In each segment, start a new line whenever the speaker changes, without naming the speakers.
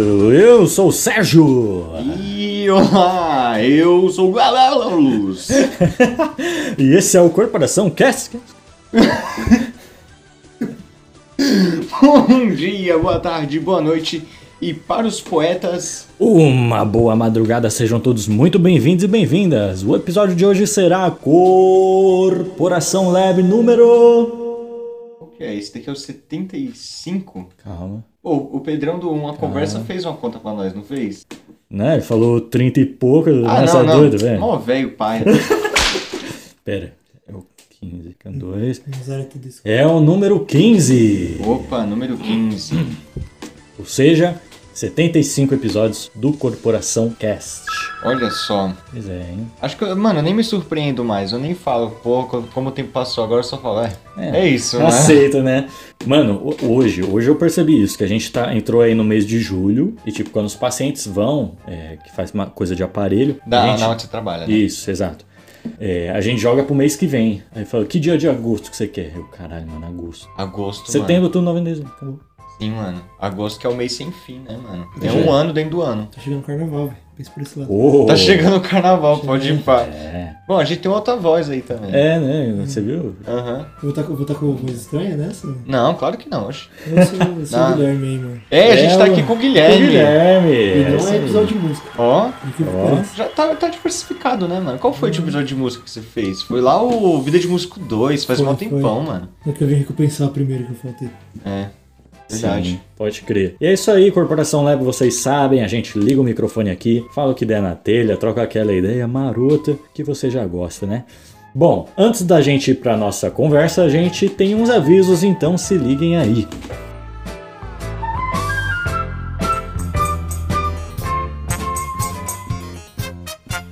Eu sou o Sérgio!
E olá, eu sou o Galera Luz.
E esse é o Corporação Cast.
Bom dia, boa tarde, boa noite. E para os poetas,
Uma boa madrugada, sejam todos muito bem-vindos e bem-vindas. O episódio de hoje será Corporação Lab número.
o que é? Esse daqui é o 75?
Calma.
Pô, o Pedrão do Uma
Ah.
Conversa fez uma conta pra nós, não fez?
Né? Ele falou 30 e pouco,
Ah,
né? Você
não,
é
não.
doido, velho?
Mó velho pai.
Pera, é o 15, com 2.
Apesar de tudo isso.
É o número 15.
Opa, número 15.
Ou seja, 75 episódios do Corporação Cast.
Olha só.
Pois é, hein?
Acho que, eu- mano, eu nem me surpreendo mais. Eu nem falo, pô, co- como o tempo passou agora, eu só falo, é. É, isso, né?
Aceita, né? Mano, ho- hoje, hoje eu percebi isso, que a gente tá, entrou aí no mês de julho, e tipo, quando os pacientes vão, é, que faz uma coisa de aparelho. a
Da,
gente-
na onde você trabalha, né?
Isso, exato. É, a gente joga pro mês que vem. Aí fala, que dia de agosto que você quer? Eu, caralho, mano, agosto.
Agosto, mano.
Setembro, outubro, novembro, dezembro. Acabou.
Sim, mano. Agosto que é o mês sem fim, né, mano? É
Já
um
é.
ano dentro do ano.
Tá chegando o carnaval, velho. Pensa por esse lado.
Oh,
Tá chegando o carnaval, pode ir pá.
É.
Bom, a gente tem outra voz aí também.
É, né? Você viu?
Aham.
Eu Vou tá, eu vou tá com coisa estranha nessa?
Não, claro que não. oxe.
Eu sou, eu sou
Não.
o Guilherme aí, mano.
É, a gente
É,
tá
o-
aqui com o Guilherme.
O Guilherme.
E não
isso
é
aí.
episódio de música.
Ó,
Incrível que
Ó.
pareça.
já tá, tá diversificado, né, mano? Qual foi o
Uhum.
tipo de episódio de música que você fez? Foi lá o Vida de Músico 2, faz
Foi,
um
foi.
tempão, mano.
É que eu vim recompensar o primeiro que eu faltei.
É, verdade.
Sim, pode crer. E é isso aí, Corporação Lab, vocês sabem, a gente liga o microfone aqui, fala o que der na telha, troca aquela ideia marota que você já gosta, né? Bom, antes da gente ir para nossa conversa, a gente tem uns avisos, então se liguem aí.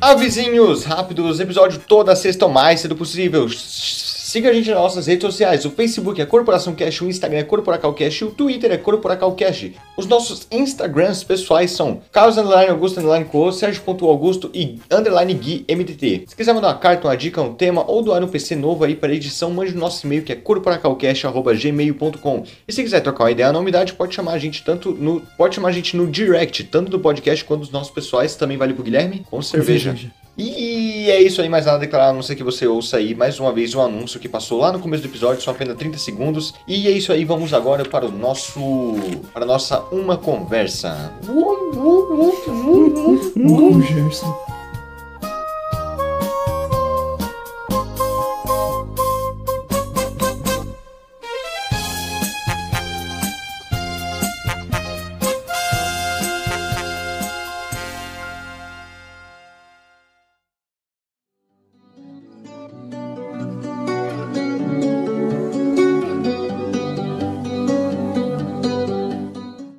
Avisinhos rápidos, episódio toda sexta o mais cedo possível. Siga a gente nas nossas redes sociais. O Facebook é Corporação Cash, o Instagram é Corporacalcast, o Twitter é Corporacalcast. Os nossos Instagrams pessoais são Carlos Underline Augusto Underline Co, Sérgio.Augusto e Underline Gui MTT. Se quiser mandar uma carta, uma dica, um tema ou doar um PC novo aí para edição, mande o nosso e-mail que é corporacalcast.gmail.com. E se quiser trocar uma ideia na umidade, pode chamar a gente tanto no. Pode chamar a gente no direct, tanto do podcast quanto dos nossos pessoais, também vale pro Guilherme, com cerveja. E é isso aí, mais nada a declarar, a não ser que você ouça aí mais uma vez um anúncio que passou lá no começo do episódio, são apenas 30 segundos. E é isso aí, vamos agora para o nosso. para a nossa Uma Conversa. Uh, Uhum.
Hugo Gerson.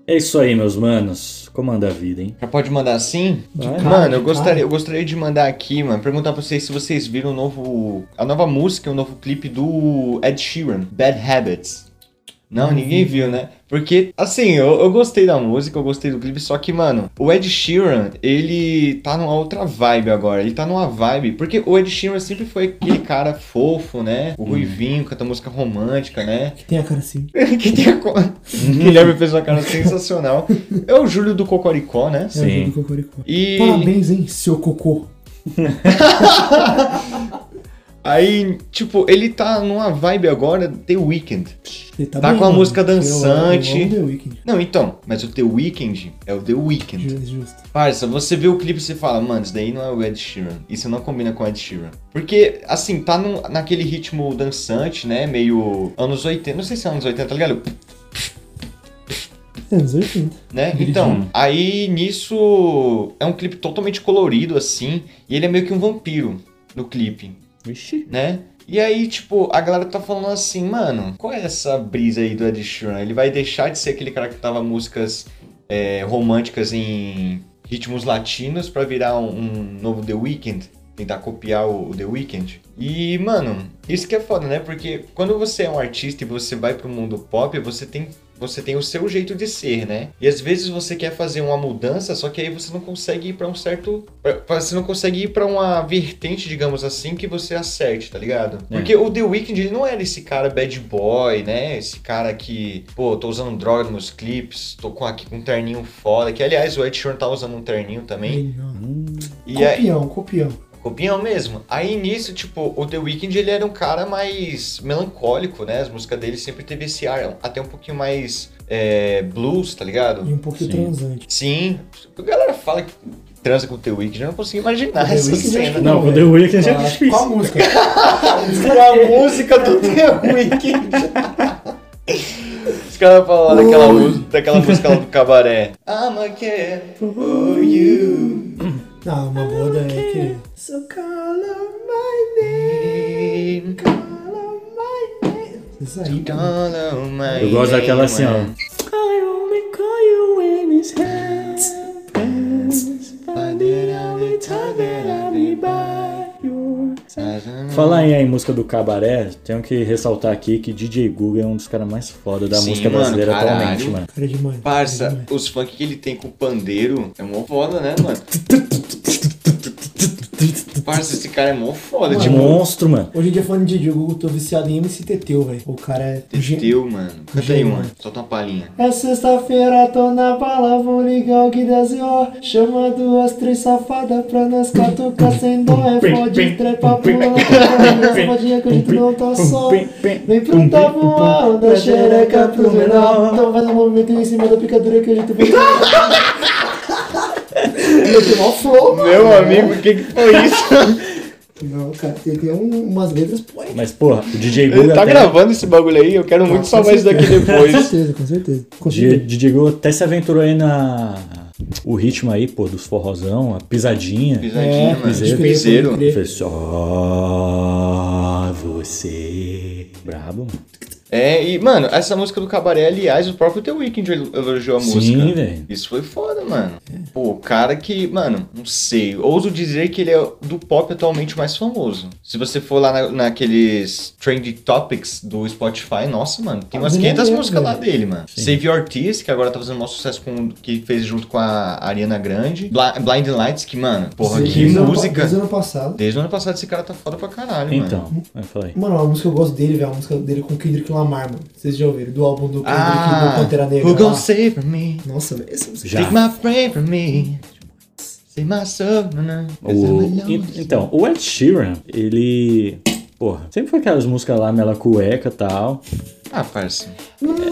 É isso aí, meus manos. Como anda a vida, hein?
Já pode mandar assim?
Vai.
cara.
Mano, eu
de
gostaria,
cara.
eu gostaria de mandar aqui, mano, perguntar pra vocês se vocês viram o novo. a nova música, o novo clipe do Ed Sheeran, Bad Habits. Não, ninguém viu, né? Porque, assim, eu, eu gostei da música, eu gostei do clipe, só que, mano, o Ed Sheeran, ele tá numa outra vibe agora. Ele tá numa vibe. Porque o Ed Sheeran sempre foi aquele cara fofo, né? O Ruivinho, canta música romântica, né?
Que tem a cara assim.
que tem a. co- Guilherme fez uma cara sensacional. É o Júlio do Cocoricó, né?
É o
Sim.
Júlio Cocoricó.
E.
Parabéns, hein, seu cocô.
Aí, tipo, ele tá numa vibe agora The Weeknd.
Ele tá
Tá
bem,
com a
mano.
música
Eu- eu amo
dançante.
The Weeknd.
Não, então, mas o The Weeknd é o The Weeknd.
Ju- Justo.
Parça, você vê o clipe e você fala, mano, isso daí não é o Ed Sheeran. Isso não combina com o Ed Sheeran. Porque, assim, tá num- naquele ritmo dançante, né? Meio anos 80. Não sei se é anos 80, tá ligado?
É, anos 80.
né? Então, aí nisso é um clipe totalmente colorido, assim, e ele é meio que um vampiro no clipe,
Vixe.
né? E aí, tipo, a galera tá falando assim, mano, qual é essa brisa aí do Ed Sheeran? Ele vai deixar de ser aquele cara que tava músicas é, românticas em ritmos latinos pra virar um, um novo The Weeknd? Tentar copiar o, o The Weeknd. E, mano, isso que é foda, né? Porque quando você é um artista e você vai pro mundo pop, você tem você tem o seu jeito de ser, né? E às vezes você quer fazer uma mudança, só que aí você não consegue ir pra um certo. pra- Você não consegue ir pra uma vertente, digamos assim, que você acerte, tá ligado?
É.
Porque o The Weeknd, ele não era esse cara bad boy, né? Esse cara que, pô, tô usando droga nos clipes, tô com aqui com um terninho foda. Que aliás, o Ed Sheeran tá usando um terninho também.
Ele não.
Hum.
E é, aí,
Copião, copião.
Copião mesmo. Aí nisso, tipo, o The Weeknd ele era um cara mais melancólico, né? As músicas dele sempre teve esse ar até um pouquinho mais é, blues, tá ligado?
E um pouquinho
Sim.
transante.
Sim. A galera fala que transa com o The Weeknd, eu não consigo imaginar
The
essa
Weeknd,
cena.
acho
Não,
Não,
o The
velho.
Weeknd é
Ah,
difícil.
Qual música?
E é a música do The Weeknd. Os caras falam daquela, mu- daquela música lá do cabaré. I'm a care for you.
Não, uma boda é que.
So call
Isso aí. cara.
Eu
Eu
gosto daquela assim, ó. Falar em aí, música do cabaré, tenho que ressaltar aqui que DJ Guga é um dos caras mais foda da
Sim,
música
mano,
brasileira
caralho.
atualmente, mano.
Cara de mãe. cara
Parça,
de mãe.
os funk que ele tem com o pandeiro é mó foda, né, mano? Parça, esse cara é mó foda,
De
tipo,
monstro, mano.
Hoje em dia, falando de jogo, eu tô viciado em MC Teteu, velho. O cara é. gen-
teu, mano. Canta aí,
Gênio.
mano. Solta uma palhinha.
É sexta-feira, tô na bala, vou ligar o que desenhou. Chama duas, três safadas pra nós catucar sem dó. É fode, trepa, pula, safadinha que hoje tu não tá só. Vem pro tabuão, da xereca pro menor. Então faz um movimento em cima da picadura que hoje tu vai. Eu tenho mó flow, mano.
Meu amigo, o que que foi isso?
Não, cara, ele tem um- umas letras poéticas.
Mas, porra, o DJ
Ele
Guga.
tá
até-
gravando esse bagulho aí? Eu quero muito
Com
salvar isso daqui
certeza, Com
depois.
certeza, com certeza. Com
DJ,
certeza.
DJ Guga até se aventurou aí na. O ritmo aí, pô, dos forrozão, a pisadinha.
Pisadinha, mano.
É, piseiro.
Piseiro.
Eu falei, Só você. Brabo, mano.
É, e, mano, essa música do cabaré, aliás, o próprio The Weeknd el- elogiou a
Sim,
música.
velho.
Isso foi foda, mano. Pô, o cara que, mano, não sei. Ouso dizer que ele é do pop atualmente mais famoso. Se você for lá na- naqueles Trend Topics do Spotify, nossa, mano, tem umas
Ah,
500
beleza,
músicas lá
velho.
dele, mano. Save Your Tears, que agora tá fazendo o maior sucesso com, que fez junto com a Ariana Grande. Bli- Blind Lights, que, mano, porra, que
Desde o ano-
música.
Desde o ano passado.
Desde o ano passado esse cara tá foda pra caralho, mano.
Então, eu falei.
Mano, a música que eu gosto dele, velho, a música dele com o Kendrick Lamar, mano. Vocês já ouviram? Do álbum do Kendrick
Ah,
do Pantera Negra.
who
lá.
gon' save for me?
Nossa, velho, essa música.
Já.
Take my brain from me. Save my soul. na, na.
O- e- então, o Ed Sheeran, ele. Porra, sempre foi aquelas músicas lá, mela cueca e tal.
Ah, parça.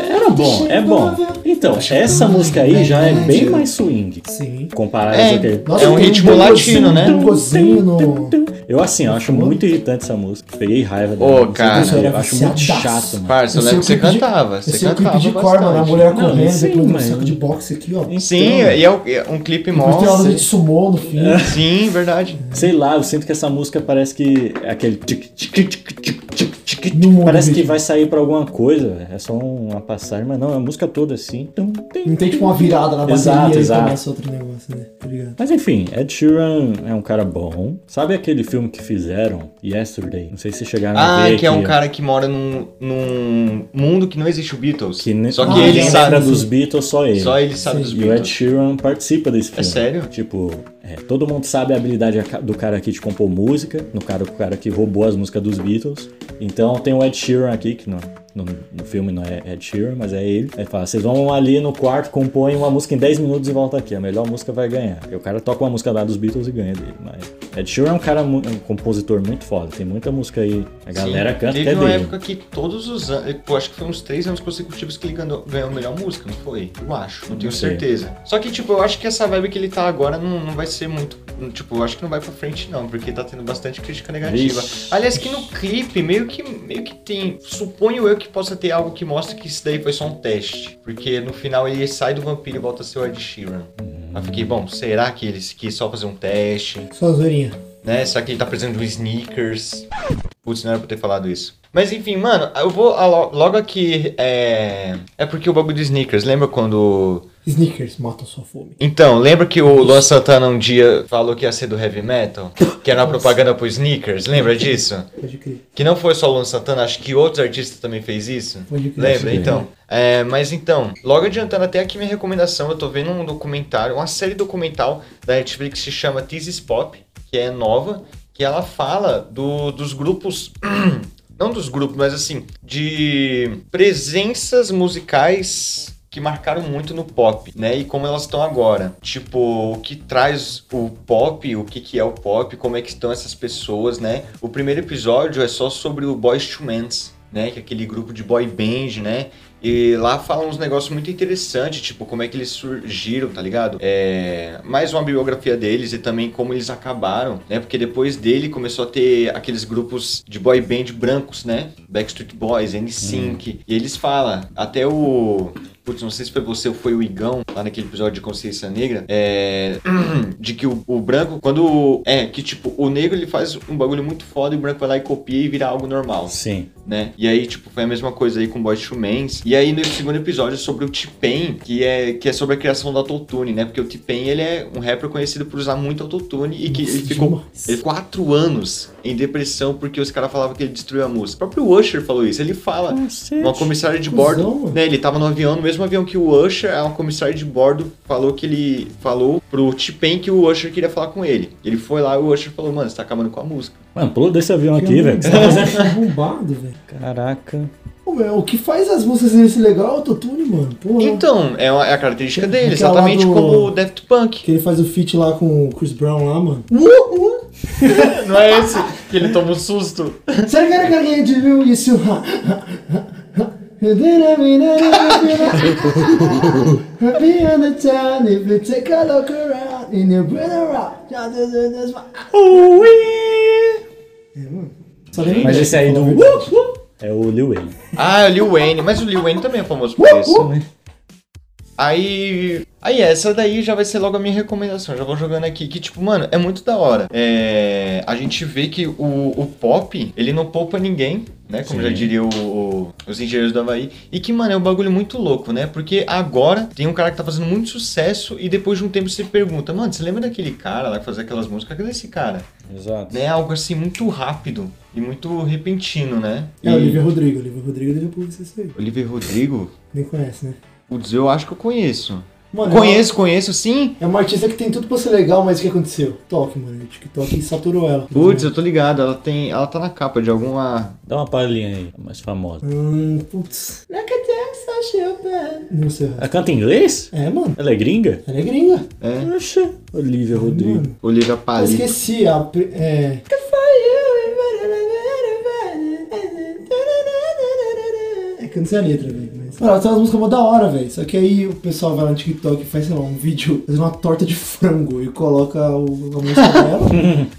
Era bom, é bom. Então, essa música aí já é bem mais swing.
Sim.
Comparado
É,
ao que.
É um
tem
ritmo
tangozinho,
latino, né?
Um tangozinho no...
Eu, assim, eu acho muito irritante essa música. Peguei raiva dela.
Ô,
Não sei
cara.
porquê, eu acho muito
Viciadaço.
chato, mano.
Parça, eu
Esse
lembro que
é
você
o clipe de-
cantava. Você
Esse é o
cantava
clipe de cor, mano. A
bastante.
mulher
Não,
correndo,
sim,
depois um
mas-
saco de boxe aqui, ó.
Sim,
Então,
e é o- é um clipe
Depois tem uma
mó.
luta de sumô no fim.
Sim, verdade.
Sei lá, eu sinto que essa música parece que. é aquele. tic, tic, tic, tic, tic, tic, tic,
No mundo
Parece que
mesmo.
vai sair pra alguma coisa. velho. É só uma passagem, mas não, é a música toda assim.
Não tem tipo uma virada na bateria
Exato,
e
exato.
começa outro negócio, né? Tá ligado?
Mas enfim, Ed Sheeran é um cara bom. Sabe aquele filme que fizeram, Yesterday? Não sei se chegaram a
Ah,
ver.
que é um cara que mora num, num mundo que não existe o Beatles.
que ne-
Só que Ah, é
ninguém
ele
lembra
sabe.
dos Beatles, só ele.
Só ele sabe
Sim.
dos
E o Ed
Beatles. É
Sheeran participa desse filme.
sério?
Tipo, é, todo mundo sabe a habilidade aca- do cara aqui de compor música, no cara, o cara que roubou as músicas dos Beatles. Então tem o Ed Sheeran aqui, que no, no, no filme não é Ed Sheeran, mas é ele. Ele fala, vocês vão ali no quarto, compõem uma música em 10 minutos e volta aqui. A melhor música vai ganhar. E o cara toca uma música lá dos Beatles e ganha dele. Mas Ed Sheeran é um cara, mu- um compositor muito foda. Tem muita música aí. A galera
Sim.
canta que
Teve
é
uma
dele.
época que todos os anos, eu acho que foi uns três anos consecutivos que ele ganhou, ganhou a melhor música, não foi? Eu acho, não tenho
sei.
certeza. Só que, tipo, eu acho que essa vibe que ele tá agora não, não vai ser muito. não, Tipo, eu acho que não vai pra frente, não, porque tá tendo bastante crítica negativa.
Vixe.
Aliás, que no clipe, meio que, meio que tem. Suponho eu que possa ter algo que mostre que isso daí foi só um teste. Porque no final ele sai do vampiro e volta a ser o Ed Sheeran.
Hum.
Aí eu fiquei, bom, será que ele quis só fazer um teste?
Só zoeirinha.
né? Será que ele tá precisando de um sneakers? Putz, não era pra ter falado isso. Mas enfim, mano, eu vou a- logo aqui. É, é porque o bagulho de sneakers, lembra quando
Snickers mata sua fome.
Então, lembra que o Luan Santana um dia falou que ia ser do heavy metal? Que era uma propaganda pro sneakers, lembra disso?
Pode crer.
Que não foi só o Luan Santana, acho que outros artistas também fez isso.
Pode crer.
Lembra,
Sim.
então? É, mas então, logo adiantando até aqui minha recomendação, eu tô vendo um documentário, uma série documental da Netflix que se chama This is Pop, que é nova, que ela fala do, dos grupos... Não dos grupos, mas assim, de presenças musicais que marcaram muito no pop, né? E como elas estão agora. Tipo, o que traz o pop, o que, que é o pop, como é que estão essas pessoas, né? O primeiro episódio é só sobre o Boys to Men's, né? Que é aquele grupo de boy band, né? E lá falam uns negócios muito interessantes, tipo, como é que eles surgiram, tá ligado? É... Mais uma biografia deles e também como eles acabaram, né? Porque depois dele começou a ter aqueles grupos de boy band brancos, né? Backstreet Boys, NSYNC. E eles falam, até o... Putz, não sei se foi você ou foi o Igão, lá naquele episódio de Consciência Negra, é... de que o, o branco, quando... o- É, que tipo, o negro ele faz um bagulho muito foda e o branco vai lá e copia e vira algo normal
Sim.
né? E aí, tipo, foi a mesma coisa aí com Boy Mans. E aí, no segundo episódio, é sobre o T-Pain, que é, que é sobre a criação do autotune, né? Porque o T-Pain, ele é um rapper conhecido por usar muito autotune e que
Nossa,
ele ficou
demais.
ele, quatro anos em depressão porque os caras falavam que ele destruiu a música. O próprio Usher falou isso, ele fala... Uma comissária de
Cusão,
bordo,
mano.
né? Ele tava no avião, no mesmo avião que o Usher, a comissária de bordo falou que ele falou pro T-Pain que o Usher queria falar com ele. Ele foi lá e o Usher falou, mano, você tá acabando com a música.
Mano, pula desse avião
Que
aqui,
é um
velho.
negócio Bombado, velho.
Caraca.
Pô, meu, O que faz as músicas desse legal é o autotune, mano. Porra.
Então, é uma- é a característica dele,
Aquela
exatamente
do-
como o Daft Punk.
Que ele faz o feat lá com o Chris Brown lá, mano. Uhum.
Não é esse que ele toma um susto.
Será que era que alguém te viu isso? Happy on the town if you take a look around in your brother out. just do this one. É, mano. Só lembra né?
Mas esse
disso,
aí
pra
do.
falar a verdade.
É o Lil Wayne.
Ah, o Lil Wayne, mas o Lil Wayne também é famoso por isso. Aí. Aí essa daí já vai ser logo a minha recomendação. Já vou jogando aqui. Que, tipo, mano, é muito da hora. É. A gente vê que o, o pop, ele não poupa ninguém, né? Como
Sim.
já diria o- o- os engenheiros do Havaí. E que, mano, é um bagulho muito louco, né? Porque agora tem um cara que tá fazendo muito sucesso e depois de um tempo você pergunta, mano, você lembra daquele cara lá que fazia aquelas músicas? Cadê esse cara?
Exato.
né? Algo assim muito rápido e muito repentino, né?
É o
E-
Olivia Rodrigo. Olivia Rodrigo é deve público isso aí.
Oliver Rodrigo?
Nem conhece, né?
Putz, eu acho que eu conheço.
Mano,
conheço, conheço sim.
É uma artista que tem tudo pra ser legal, mas o que aconteceu? Toque, mano. O TikTok saturou ela.
Putz, eu tô ligado, ela tem. Ela tá na capa de alguma.
Dá uma palhinha aí, a mais famosa.
Hum, putz. Não sei.
Ela canta em inglês?
É, mano.
Ela é gringa?
Ela é gringa.
É.
Oxa. Olivia Rodrigo.
Mano,
Olivia
eu
Palito.
esqueci a. pri- É. É que eu não sei a letra, velho. Mas... Mano, ela tem umas músicas mó da hora, velho. Só que aí o pessoal vai lá no TikTok e faz, sei lá, um vídeo fazendo uma torta de frango e coloca o, a música dela.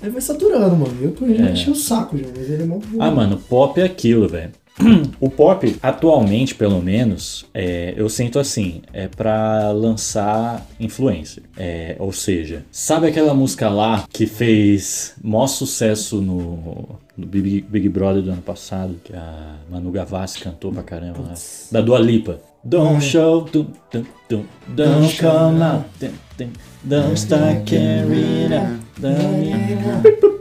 aí vai saturando, mano. Eu por já
É.
enchi o saco já, mas ele é mó bom.
Ah, mano, pop é aquilo, velho. O pop, atualmente, pelo menos, é, eu sinto assim, é pra lançar influencer. É, ou seja, sabe aquela música lá que fez maior sucesso no, no Big, Big Brother do ano passado, que a Manu Gavassi cantou pra caramba lá? Da Dua Lipa. Don't
Ah.
show, dum, dum, dum,
Don't
don't
show
come
now.
out, dum, dum, don't start carrying out, don't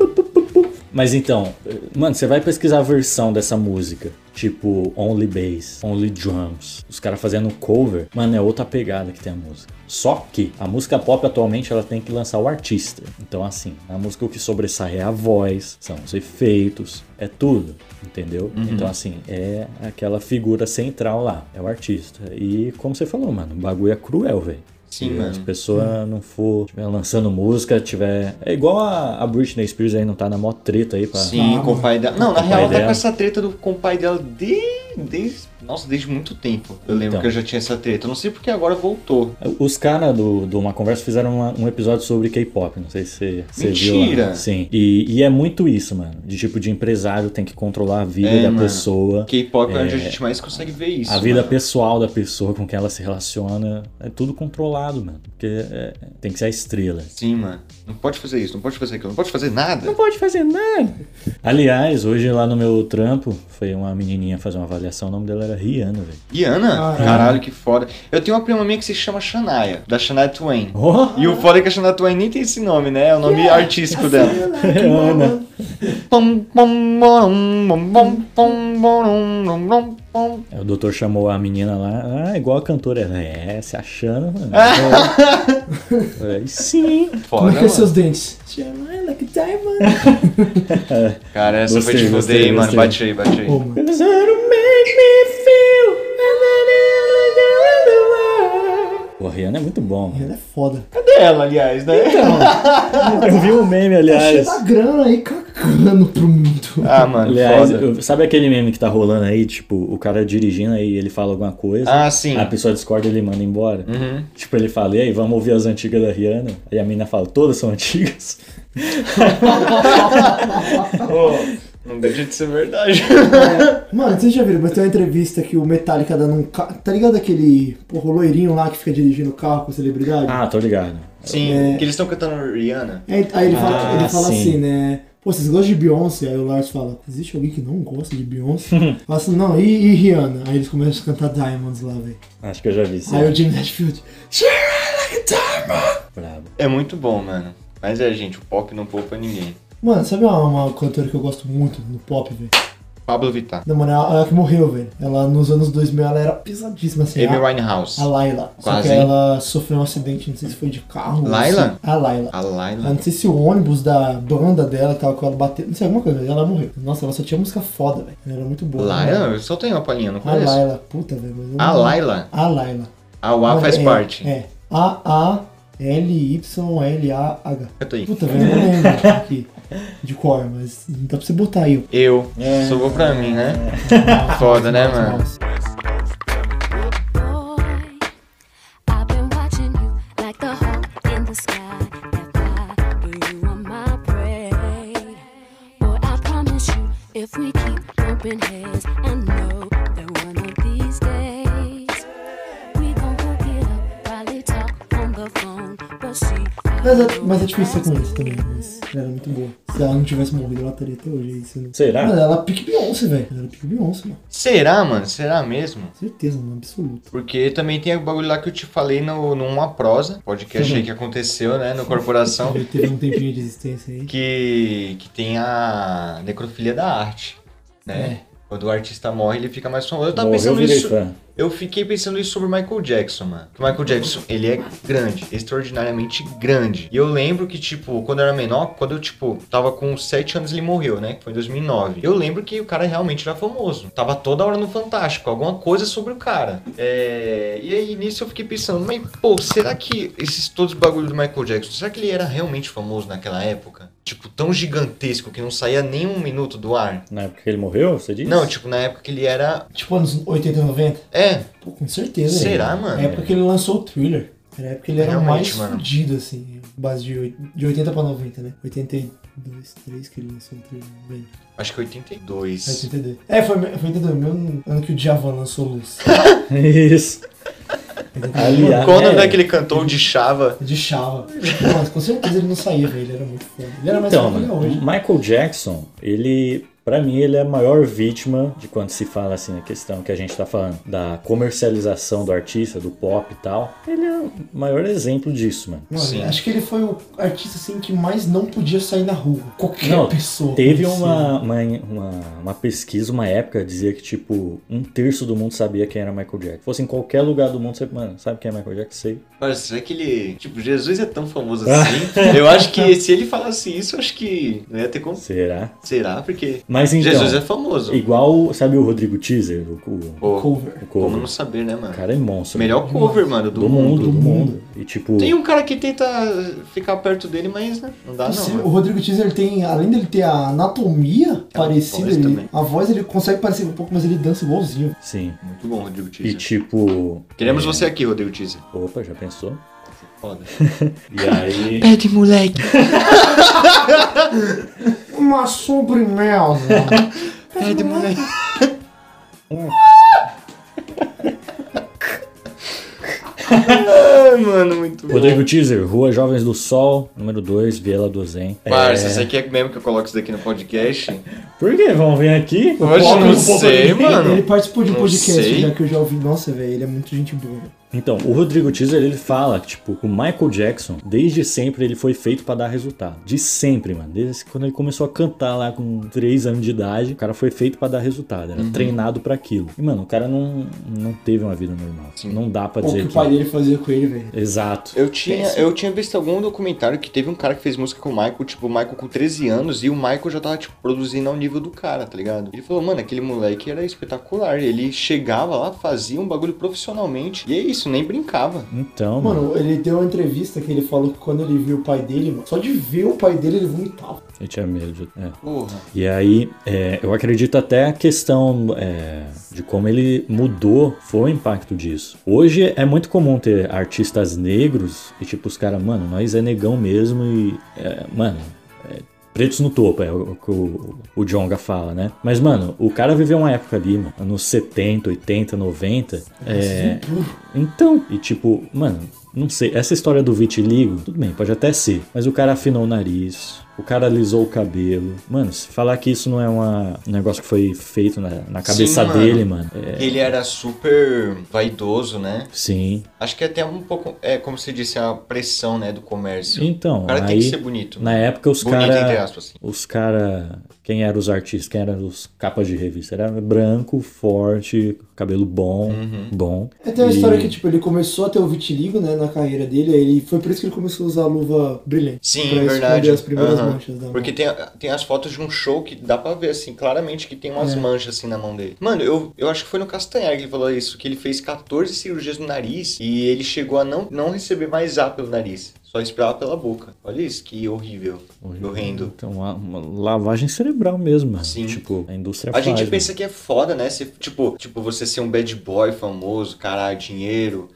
mas então, mano, você vai pesquisar a versão dessa música. Tipo, Only Bass, Only Drums. Os caras fazendo cover. Mano, é outra pegada que tem a música. Só que a música pop atualmente ela tem que lançar o artista. Então, assim, a música o que sobressai é a voz, são os efeitos, é tudo. Entendeu? Então, assim, é aquela figura central lá. É o artista. E como você falou, mano, o bagulho é cruel, velho.
Sim,
Se
mano.
a pessoa não for tiver lançando música, tiver. É igual a, a Britney Spears aí, não tá na mó treta aí pra.
Sim,
Ah,
com o pai dela. Não, na
Com o pai
real, ela tá
dela.
com essa treta do, com o pai dela desde. desde nossa, desde muito tempo. Eu lembro
Então.
que eu já tinha essa treta. Eu Não sei porque agora voltou.
Os caras do, do Uma Conversa fizeram uma- um episódio sobre K-pop, não sei se você- você viu. lá.
Mentira!
Sim. E, e é muito isso, mano. De tipo de empresário tem que controlar a vida
É,
da
mano.
pessoa.
K-pop é, onde a gente mais consegue ver isso.
A vida
mano.
pessoal da pessoa com quem ela se relaciona é tudo controlado, mano. Porque é- tem que ser a estrela.
Sim, mano. Não pode fazer isso, não pode fazer aquilo, não pode fazer nada.
pode fazer nada. Aliás, hoje lá no meu trampo, foi uma menininha fazer uma avaliação, o nome dela era Era Rihanna, velho.
Rihanna?
Caralho.
Caralho, que foda. Eu tenho uma prima minha que se chama Shania, da Shania Twain.
Oh,
E o foda é que a Shania Twain nem tem esse nome, né? É o nome artístico dela.
Rihanna.
Pom, pom, borom, pom, pom, pom, borom, rom, rom, pom.
Aí É, O doutor chamou a menina lá, ah, igual a cantora. Ela, é, se achando. mano." Falei, sim.
Foda,
Como é que é
mano.
seus dentes? Shine like a diamond.
Cara, essa
Gostei,
foi de
gostei,
fuder, hein, mano.
gostei.
Bate aí, bate aí.
Pô, mano.
Cause it'll make me feel Pô, Rihanna é muito bom. mano.
Ela é foda.
Cadê ela, aliás, né?
Então,
Eu vi um meme,
Cheio
aliás.
Tá
da grana aí cagando pro mundo.
Ah, mano,
Aliás,
foda.
eu- sabe aquele meme que tá rolando aí? Tipo, o cara dirigindo aí, ele fala alguma coisa.
Ah, sim. Uhum.
A pessoa discorda e ele manda embora. Tipo, ele fala, e aí, vamos ouvir as antigas da Rihanna? Aí a mina fala, todas são antigas.
Pô, não deixa de ser verdade.
Mano, vocês já viram, mas tem uma entrevista que o Metallica dando um carro. Tá ligado aquele porra, o loirinho lá que fica dirigindo o carro com a celebridade?
Ah, tô ligado.
Sim, que eles estão cantando Rihanna.
É, aí ele fala,
Ah,
ele fala
sim.
assim, né? Pô, vocês gostam de Beyoncé? Aí o Lars fala, existe alguém que não gosta de Beyoncé? fala assim, não, e, e Rihanna? Aí eles começam a cantar Diamonds lá, velho.
Acho que eu já vi isso.
Aí o Jim Redfield,
Brabo.
É muito bom, mano. Mas é, gente, o pop não poupa ninguém.
Mano, sabe uma, uma cantora que eu gosto muito no pop, velho?
Pablo Vittar.
Não, mano, ela, ela que morreu, velho. Ela, nos anos 2000, ela era pesadíssima, assim.
Amy
A,
Winehouse.
a Laila. Só
Quase,
que
hein?
ela sofreu um acidente, não sei se foi de carro. ou
Laila?
se- A Laila.
A
Ah,
Laila.
não sei se o ônibus da banda dela que tava com ela bateu, não sei, alguma coisa, mas ela morreu. Nossa, ela só tinha música foda, velho. Ela era muito boa.
Laila?
Né?
Eu só tenho uma palhinha, não
A
conheço.
Laila, puta, velho. mas eu não-
A Laila.
A Laila.
A Uá
Mano,
faz
é-
parte.
É. A-A-L-Y-L-A-H.
Canta aí.
Puta, velho, eu não lembro aqui de cor, mas não dá pra você botar aí.
Eu. Sobrou pra mim, né? Foda, né, mano?
É. Nossa.
Boy, I've been watching you like the hawk in the sky. That fly, but you are my prey. Boy, I promise you, if we keep bumping heads, I know that one of these days we gon' hook it up. Probably talk on the phone, but see.
Mas é, mas é difícil ser com isso também, mas ela era muito boa. Se ela não tivesse morrido, ela estaria até hoje. é Isso não...
Será?
Mano, ela é pique Beyoncé, velho. Ela é pique Beyoncé, mano.
Será, mano? Será mesmo?
Certeza, mano, absoluto.
Porque também tem o bagulho lá que eu te falei no, numa prosa, podcast aí que aconteceu, né, no Corporação,
Ele teve um tempinho de existência aí.
que, que tem a necrofilia da arte,
É.
né? Quando o artista morre, ele fica mais famoso. Eu
Tá
tava
Morreu,
pensando
virei
isso.
fã.
Eu fiquei pensando isso sobre o Michael Jackson, mano. Que o Michael Jackson, ele é grande, extraordinariamente grande. E eu lembro que, tipo, quando eu era menor, quando eu, tipo, tava com 7 anos, ele morreu, né? Que Foi em 2009. Eu lembro que o cara realmente era famoso. Tava toda hora no Fantástico, alguma coisa sobre o cara. É... E aí, nisso eu fiquei pensando, mas, pô, será que esses todos os bagulhos do Michael Jackson, será que ele era realmente famoso naquela época? Tipo, tão gigantesco que não saía nem um minuto do ar?
Na época que ele morreu, você disse?
Não, tipo, na época que ele era...
Tipo, anos 80, 90?
É,
Pô, com certeza.
Será,
né?
mano?
É porque ele lançou o Thriller. Era a época que ele era
Realmente,
mais
mano.
fudido, assim. Base de, oit- de 80 pra 90, né? 82, 3 que ele lançou o Thriller. Bem,
acho que 82.
é 82. É, foi, foi 82, mesmo ano que o Djavan lançou Luz.
Isso. Aliás.
Quando
é,
é que ele cantou de Chava?
De chava. Não, Mas com certeza ele não saía, velho. Ele era muito foda. Ele era mais
Então,
foda que ele é
mano,
hoje.
Michael Jackson, ele. Pra mim, ele é a maior vítima de quando se fala assim na questão que a gente tá falando da comercialização do artista, do pop e tal. Ele é o maior exemplo disso, mano.
Mano,
Sim.
acho que ele foi o artista assim que mais não podia sair na rua. Qualquer
Não,
pessoa.
Teve
conhecia.
uma, uma, uma, uma pesquisa, uma época, dizia que, tipo, um terço do mundo sabia quem era Michael Jackson. Fosse em qualquer lugar do mundo, você, mano, sabe quem é Michael Jackson? Sei.
Cara, será que ele. Tipo, Jesus é tão famoso
Ah.
assim? eu acho que se ele falasse isso, eu acho que não ia ter como.
Será?
Será? Porque.
Mas então,
Jesus é famoso.
igual, sabe o Rodrigo Teaser? O, o,
Pô,
cover.
o
como não
cover.
saber, né,
O
mano?
cara é monstro.
Melhor cover, mano, do,
do mundo, do
mundo.
mundo. E tipo,
Tem um cara que tenta ficar perto dele, mas né, não dá, não.
Sim,
mano.
o Rodrigo Teaser ele tem, além dele ter a anatomia parecida,
voz
ele-
também.
a voz ele consegue parecer um pouco, mas ele dança igualzinho.
sim.
Muito bom, Rodrigo
E
Teaser.
tipo.
Queremos
é,
você aqui, Rodrigo Teaser.
Opa, já pensou?
Foda.
E aí.
Pede, moleque.
Uma sobremesa.
Pede, moleque. Ai, mano, muito bom.
Rodrigo Teaser, Rua Jovens do Sol, número 2, Viela do Zen.
Parça,
É,
você quer mesmo que eu coloque isso daqui no podcast?
Por quê? Vão vir aqui?
Eu acho que não sei,
Ele
mano.
participou de um
Não
podcast
sei.
já que eu já ouvi. Nossa, velho, ele é muito gente boa.
Então, o Rodrigo Teaser, ele fala que, tipo, o Michael Jackson, desde sempre, ele foi feito pra dar resultado. De sempre, mano. Desde quando ele começou a cantar lá com 3 anos de idade, o cara foi feito pra dar resultado. Era treinado pra aquilo. E, mano, o cara não, não teve uma vida normal. Não dá pra
Pô, O
dizer
que
que...
o pai dele fazia com ele, velho.
Exato.
Eu tinha, eu tinha visto algum documentário que teve um cara que fez música com o Michael, tipo, o Michael com 13 anos, e o Michael já tava, tipo, produzindo ao nível do cara, tá ligado? Ele falou, mano, aquele moleque era espetacular. Ele chegava lá, fazia um bagulho profissionalmente, e é isso, nem brincava.
Então, mano,
Mano, ele deu uma entrevista que ele falou que quando ele viu o pai dele, mano, só de ver o pai dele ele vomitava.
eu tinha medo. de- É.
Porra.
E aí, é, eu acredito até a questão é, de como ele mudou foi o impacto disso. Hoje é muito comum ter artistas negros e tipo os caras, mano, nós é negão mesmo e, é, mano, é, pretos no topo, é o que o, o Jonga fala, né? Mas, mano, o cara viveu uma época ali, mano, anos 70, 80, 90, é, então, e tipo, mano, não sei, essa história do vitiligo, tudo bem, pode até ser, mas o cara afinou o nariz, o cara alisou o cabelo. Mano, se falar que isso não é uma, um negócio que foi feito na, na cabeça
mano.
dele, mano. é,
Ele era super vaidoso, né?
sim.
Acho que até um pouco, é como você disse, a pressão, né, do comércio.
Então,
O cara
aí,
tem que ser bonito. né?
na época os
bonito, entre
caras.
aspas. assim.
Os cara, quem eram os artistas, quem eram os capas de revista, era branco, forte, cabelo bom,
Uhum.
bom.
É, Tem uma
E-
história que, tipo, ele começou a ter o vitiligo, né, na carreira dele, aí ele, foi por isso que ele começou a usar a luva brilhante.
Sim,
pra
verdade.
esconder as primeiras
Aham.
manchas da mão.
Porque tem, tem as fotos de um show que dá pra ver, assim, claramente que tem umas
É.
manchas, assim, na mão dele. Mano, eu, eu acho que foi no Castanhar que ele falou isso, que ele fez 14 cirurgias no nariz e ele chegou a não, não receber mais ar pelo nariz, só esperava pela boca. Olha isso, que horrível, horrendo.
Então, uma, uma lavagem cerebral mesmo, mano.
Sim.
Tipo, a indústria
A
faz,
gente
mano.
pensa que é foda, né? Se, tipo, tipo, você ser um bad boy famoso, caralho, dinheiro,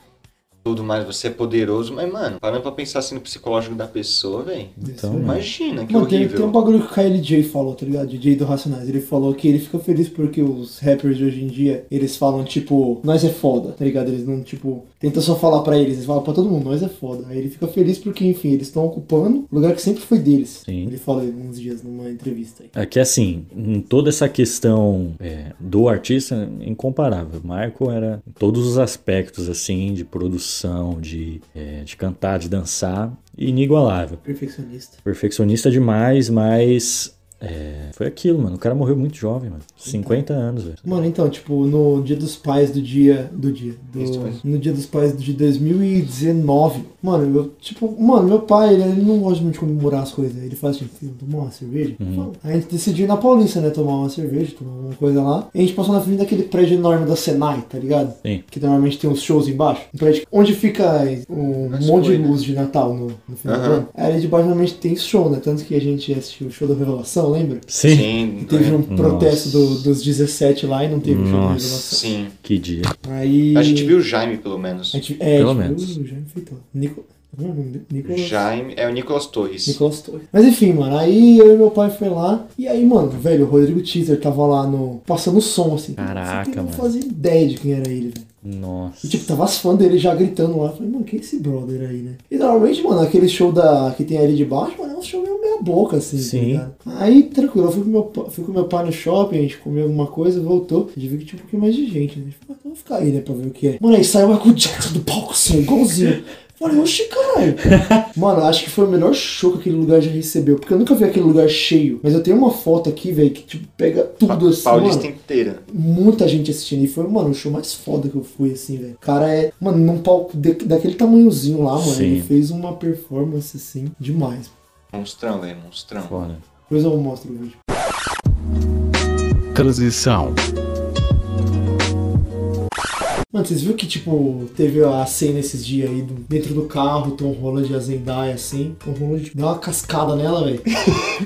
tudo mais, você é poderoso. Mas, mano, parando pra pensar assim no psicológico da pessoa, velho.
Então,
Isso,
mano.
Imagina, que
Mano, tem,
horrível.
tem um bagulho que o KLJ falou, tá ligado? DJ do Racionais. Ele falou que ele fica feliz porque os rappers de hoje em dia, eles falam, tipo, nós é foda, tá ligado? Eles não, tipo, tenta só falar pra eles, eles falam pra todo mundo, nós é foda. Aí ele fica feliz porque, enfim, eles estão ocupando o lugar que sempre foi deles.
Sim.
Ele fala uns dias numa entrevista aí.
É que assim, em toda essa questão é, do artista, incomparável. Marco era em todos os aspectos, assim, de produção, de, é, de cantar, de dançar, inigualável.
Perfeccionista.
Perfeccionista demais, mas é, foi aquilo, mano. O cara morreu muito jovem, mano.
Então.
50 anos, velho.
Mano, então, tipo, no dia dos pais do dia. Do dia. do-
Isso mesmo.
no dia dos pais de 2019. Mano, eu, tipo, mano, meu pai, ele, ele não gosta muito de comemorar as coisas. Ele faz assim, "Filho, tomar uma cerveja? Mano, A gente decidiu ir na Paulista, né? Tomar uma cerveja, tomar uma coisa lá. E a gente passou na frente daquele prédio enorme da Senai, tá ligado?
Sim.
Que normalmente tem uns shows embaixo. Um prédio onde fica eh, um
As
monte de
coisas.
luz de Natal no, no final do
Aham.
ano. Aí ali de baixo normalmente tem show, né? Tanto que a gente assistiu o show da Revelação, lembra?
Sim.
Sim, é.
E Teve
É.
um
Nossa.
protesto do- dos 17 lá e não teve um jogo
Nossa.
de revelação.
Sim.
Que dia.
Aí.
A gente viu o Jaime, pelo menos.
A gente, é,
Pelo
a gente
menos.
viu o Jaime Feitosa. Nico, é não, não, Nicolas.
Jaime. É o Nicolas Torres.
Nicolas Torres. Mas enfim, mano, aí eu e meu pai foi lá. E aí, mano, velho, o Rodrigo Teaser tava lá no. passando som, assim.
Caraca,
Assim, eu
mano.
Não fazia ideia de quem era ele, velho. E
Nossa.
tipo, tava as fãs dele já gritando lá. Eu Falei, mano, quem é esse brother aí, né? E normalmente, mano, aquele show da, que tem ali de baixo, mano, é um show meio meia boca, assim. tá
Sim.
ligado? aí, tranquilo, eu fui com, meu, pa- fui com meu pai no shopping, a gente comeu alguma coisa, voltou. A gente viu que tinha um pouquinho mais de gente, né? A gente falou, ah, vamos ficar aí, né, pra ver o que é. Mano, aí saiu o Michael Jackson do palco, assim, igualzinho. Falei, oxi, caralho. Mano, acho que foi o melhor show que aquele lugar já recebeu. Porque eu nunca vi aquele lugar cheio. Mas eu tenho uma foto aqui, velho, que, tipo, pega tudo assim.
Paulista
mano
inteira.
muita gente assistindo. E foi, mano, o show mais foda que eu fui, assim, velho. O cara é, mano, num palco de- daquele tamanhozinho lá, mano.
Sim.
Ele fez uma performance, assim, demais.
Monstrão, velho, monstrão.
Foda.
Depois eu mostro o vídeo.
Transição.
Mano, vocês viram que, tipo, teve a cena esses dias aí, do- dentro do carro, Tom Holland e a Zendaya, assim. Tom Holland deu uma cascada nela, velho.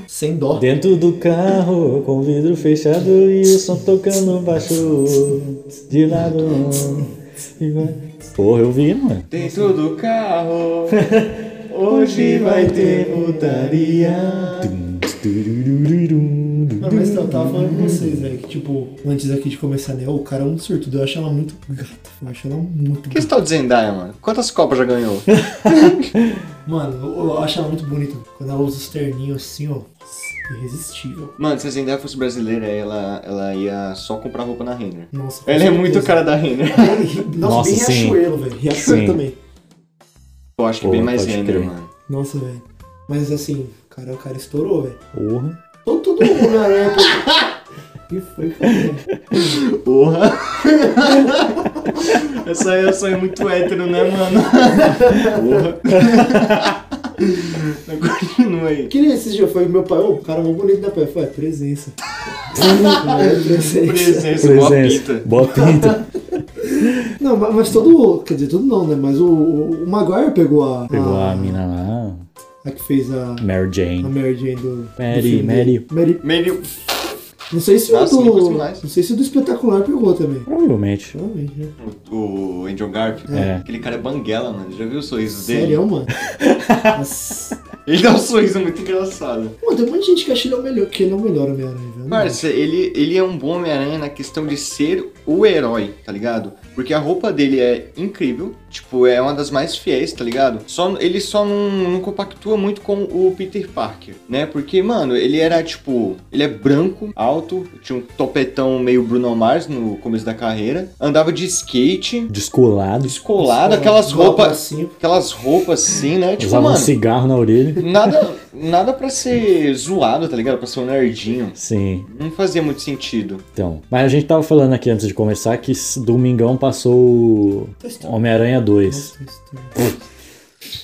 Sem dó.
Dentro do carro, com o vidro fechado e o som tocando baixo de lado. E vai- Porra, eu vi, mano.
Dentro do carro.
Hoje vai ter putaria.
Mano, Não, mas então, eu tava falando com vocês, velho, que tipo, antes aqui de começar, né? O cara é um surtudo, eu acho ela muito gata. Eu acho ela muito
que
gata.
esse tal de Zendaya, mano? Quantas copas já ganhou?
Mano, eu, eu acho ela muito bonita. Quando ela usa os terninhos assim, ó. Irresistível.
Mano, se a Zendaya fosse brasileira, ela, ela ia só comprar roupa na Renner.
Nossa. com
Ela é
certeza.
muito cara da Renner.
Nossa,
Nossa,
bem
sim.
Riachuelo, velho. Riachuelo
Sim.
também.
Eu acho que
Pô,
bem mais
pode
Renner,
crer.
mano.
Nossa, velho. Mas assim, cara, o cara estourou, velho.
Porra.
Todo todo mundo né, Homem-Aranha, pô. que foi, cara?
Porra. Essa aí é muito hétero, né, mano? Porra. Continua aí.
Que nem esse dia foi meu pai, ô, o cara mó bonito da pai. Foi, presença. É, presença.
Presença, boa
Presença.
é pinta.
Boa pinta.
Não, mas, mas todo. Quer dizer, todo não, né? Mas o, o o Maguire pegou a.
Pegou a mina lá,
A que fez a.
Mary
A
Jane.
Mary Jane do. do
Mary,
filme dele. Mary.
Meio.
Não sei se
Ah,
Nossa,
o
Nicolas
do.
Minaj.
Não sei se o do espetacular pegou também.
Provavelmente.
Realmente, né?
O Andrew Garfield.
É.
Aquele cara é banguela, mano. Já viu o sorriso dele?
Sério, é um mano. Nossa.
Ele dá um sorriso muito engraçado.
Mano, tem um monte de gente que acha ele é o melhor, que ele é o melhor Homem-Aranha, velho.
Parça, ele, ele é um bom Homem-Aranha na questão de ser o herói, tá ligado? Porque a roupa dele é incrível, tipo, é uma das mais fiéis, tá ligado? Só, ele só não, não compactua muito com o Peter Parker, né? Porque, mano, ele era, tipo, ele é branco, alto, tinha um topetão meio Bruno Mars no começo da carreira, andava de skate,
Descolado.
descolado, aquelas
Igual
roupas,
assim.
aquelas roupas assim, né? Tipo,
Usava um
mano,
cigarro na orelha.
nada, nada pra ser zoado, tá ligado? Pra ser um nerdinho.
Sim.
Não fazia muito sentido.
Então, mas a gente tava falando aqui antes de começar que s- domingão passou o Homem-Aranha 2.
Nossa, isso tudo.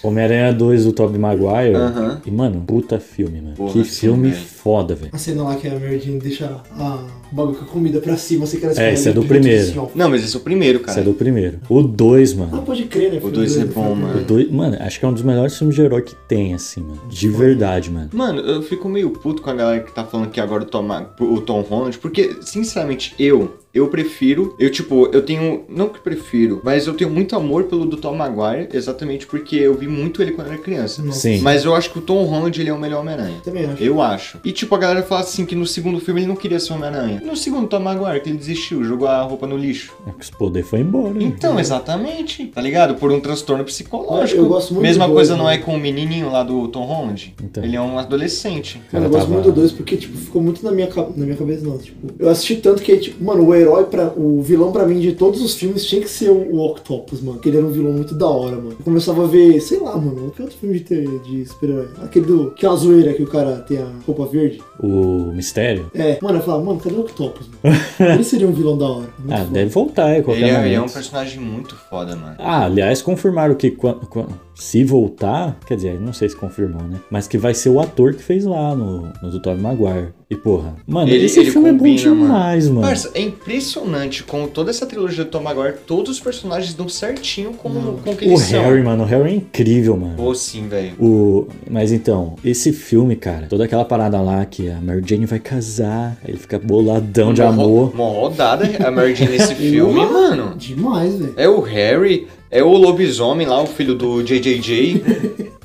Homem-Aranha 2 do Tobey Maguire.
Aham.
E, mano, puta filme, mano.
Porra,
que
sim,
filme
velho.
foda, velho.
A cena lá que a Mary Jane deixa a o bagulho com a comida pra cima, você quer
É, esse é do primeiro.
Não, mas esse é o primeiro, cara.
Esse é do primeiro. O 2,
Ah,
mano.
pode crer, né? Foi
dois
doido,
é
foi
bom,
doido.
O dois, mano, acho que é um dos melhores filmes de herói que tem, assim, mano. De verdade, mano.
Mano, eu fico meio puto com a galera que tá falando que agora o Tom, Ma- o Tom Holland, porque, sinceramente, eu, eu prefiro, eu, tipo, eu tenho, não que prefiro, mas eu tenho muito amor pelo do Tom Maguire, exatamente porque eu vi muito ele quando era criança.
Nossa.
Sim.
Mas eu acho que o Tom Holland, ele é o melhor Homem-Aranha.
Também acho.
Eu acho. E, tipo, a galera fala assim que no segundo filme ele não queria ser Homem-Aranha. No segundo Tom Maguire, que ele desistiu, jogou a roupa no lixo.
É que Os poderes foi embora, né?
Então, exatamente, tá ligado? Por um transtorno psicológico.
Uhum. É, Eu gosto muito
Mesma
do
coisa
dois,
não
né?
é com o menininho lá do Tom Holland.
Então.
Ele é um adolescente.
Cara,
cara
eu gosto
tava-
É muito do dois porque, tipo, ficou muito na minha, ca- na minha cabeça, não. Tipo, eu assisti tanto que, tipo, mano, o herói, pra, o vilão pra mim de todos os filmes tinha que ser o, o Octopus, mano. Que ele era um vilão muito da hora, mano. Eu começava a ver, sei lá, mano, que outro filme de, ter- de super-herói? Aquele do. Que é a zoeira que o cara tem a roupa verde.
O mistério.
É, mano, eu falava, mano, cadê o Octopus, mano? Ele seria um vilão da hora. Muito
Ah,
foda.
deve voltar aí, qualquer
Então. Ele é,
momento.
ele é um personagem muito foda, mano.
Ah, aliás, confirmaram que quan- quan- se voltar, quer dizer, não sei se confirmou, né? Mas que vai ser o ator que fez lá no, no do Tobey Maguire. E porra, mano,
Ele-
esse
ele
filme
combina,
é bom demais, mano.
Parça, é impressionante como toda essa trilogia do Tom Maguire, todos os personagens dão certinho com, com o que
o
eles são.
Harry, mano, o Harry é incrível, mano.
Pô, sim, velho.
O... Mas então, esse filme, cara, toda aquela parada lá que a Mary Jane vai casar, aí ele fica boladão de
Uma ro-
amor.
Uma rodada a Mary Jane nesse filme, mano.
Demais, velho.
É o Harry, é o lobisomem lá, o filho do JJJ.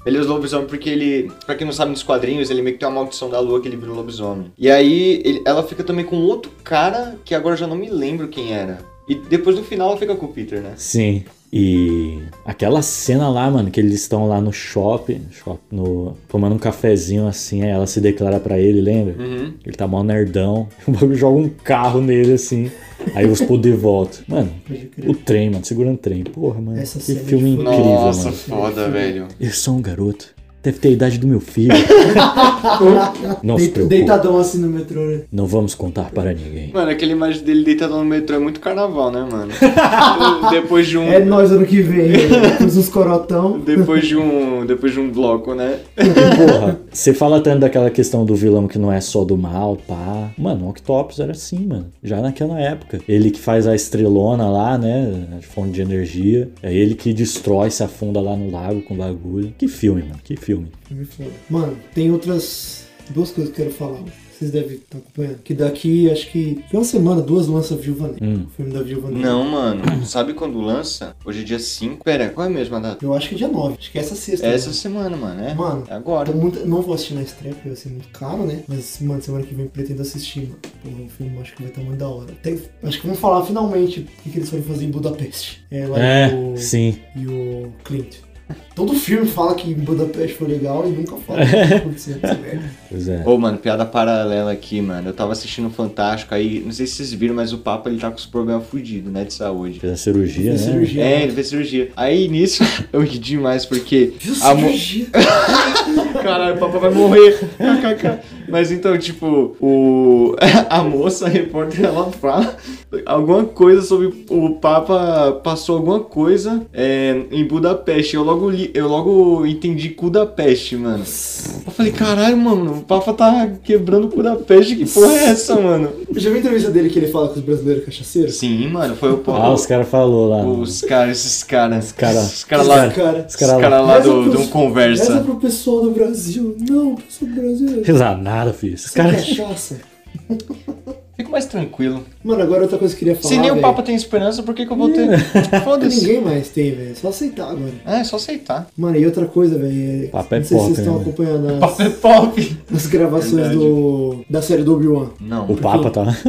Ele é o lobisomem porque ele, pra quem não sabe nos quadrinhos, ele meio que tem uma maldição da lua que ele vira um lobisomem. E aí ele- ela fica também com outro cara que agora eu já não me lembro quem era. E depois no final ela fica com o Peter, né?
Sim. E aquela cena lá, mano, que eles estão lá no shopping, shopping no, tomando um cafezinho assim, aí ela se declara pra ele, lembra?
Uhum.
Ele tá mó nerdão. O bagulho joga um carro nele assim. Aí os poder volta. Mano,
Pode crer.
o trem, mano, segurando o trem. Porra, mano.
Essa
que
cena é de
filme
fuder.
incrível,
Nossa,
mano.
foda, velho.
Eu sou um garoto. Deve ter a idade do meu filho. Não se
Deit-
preocupe.
Deitadão assim no metrô, né?
Não vamos contar para ninguém.
Mano, aquela imagem dele deitado no metrô é muito carnaval, né, mano? depois de um.
É nós ano que vem, né? Fiz uns corotão.
Depois de um. Depois de um bloco, né?
Porra, você fala tanto daquela questão do vilão que não é só do mal, pá. Mano, o Octopus era assim, mano. Já naquela época. Ele que faz a estrelona lá, né? De fonte de energia. É ele que destrói, se afunda lá no lago com o bagulho. Que filme, mano. Que filme.
Filme foda. Mano, tem outras duas coisas que eu quero falar. Vocês vocês devem estar acompanhando, que daqui, acho que tem uma semana, duas lança Viúva Negra.
Hum.
O filme da Viúva Negra.
Não, mano. Sabe quando lança? Hoje é dia 5. Pera, qual é mesmo a data?
Eu acho que é dia 9, acho que é essa sexta.
É essa
né?
semana, mano. É,
Mano,
é agora.
Tô muito- não vou assistir na estreia, porque vai ser muito caro, né? Mas, mano, semana que vem pretendo assistir, mano. Porra, o filme acho que vai estar muito da hora. Tem- acho que vamos falar finalmente o que, que eles foram fazer em Budapeste. É, lá
É,
o,
sim.
e o Clint. Todo filme fala que Budapeste foi legal e nunca fala o que aconteceu nessa merda.
Pois é.
Ô, mano, piada paralela aqui, mano. Eu tava assistindo Fantástico, aí, não sei se vocês viram, mas o Papa, ele tá com os problemas fudidos, né, de saúde.
Fez a cirurgia, né?
Fez cirurgia.
É, ele fez cirurgia. Aí, nisso, eu ri demais, porque...
Viu
a mo-
cirurgia?
Caralho, o Papa vai morrer. KKK. mas, então, tipo, o... A moça, a repórter, ela fala alguma coisa sobre... O Papa passou alguma coisa é, em Budapeste. Eu logo li... Eu logo entendi Budapeste, mano. Eu falei, caralho, mano, o Papa tá quebrando Budapeste. Que porra é essa, mano?
Eu já vi a entrevista dele que ele fala com os brasileiros cachaceiros.
Sim, mano, foi o
Ah,
Paulo.
os caras falaram lá.
os caras, esses caras. Os
cara-
Os caras lá.
Os cara-
Os
os cara lá.
caras lá
Reza
do,
pros-
do Conversa.
Reza pro pessoal do Brasil. Não, pessoal do Brasil. é
Pesa nada, filho. Os caras.
Cachaça.
Fico mais tranquilo. Mano,
Mano, agora outra coisa que eu queria falar.
Se nem o tá
velho.
Papa tem esperança, por que, que eu vou ter? Foda-se.
Ninguém mais tem, velho. É Só aceitar agora.
É, é só aceitar.
Mano, e outra coisa, velho. é-
Papo é
Não sei se
pop,
vocês estão
né?
acompanhando as,
Papa é pop.
as gravações
Verdade.
do, da série do Obi-Wan.
Não.
O Papa tá lá.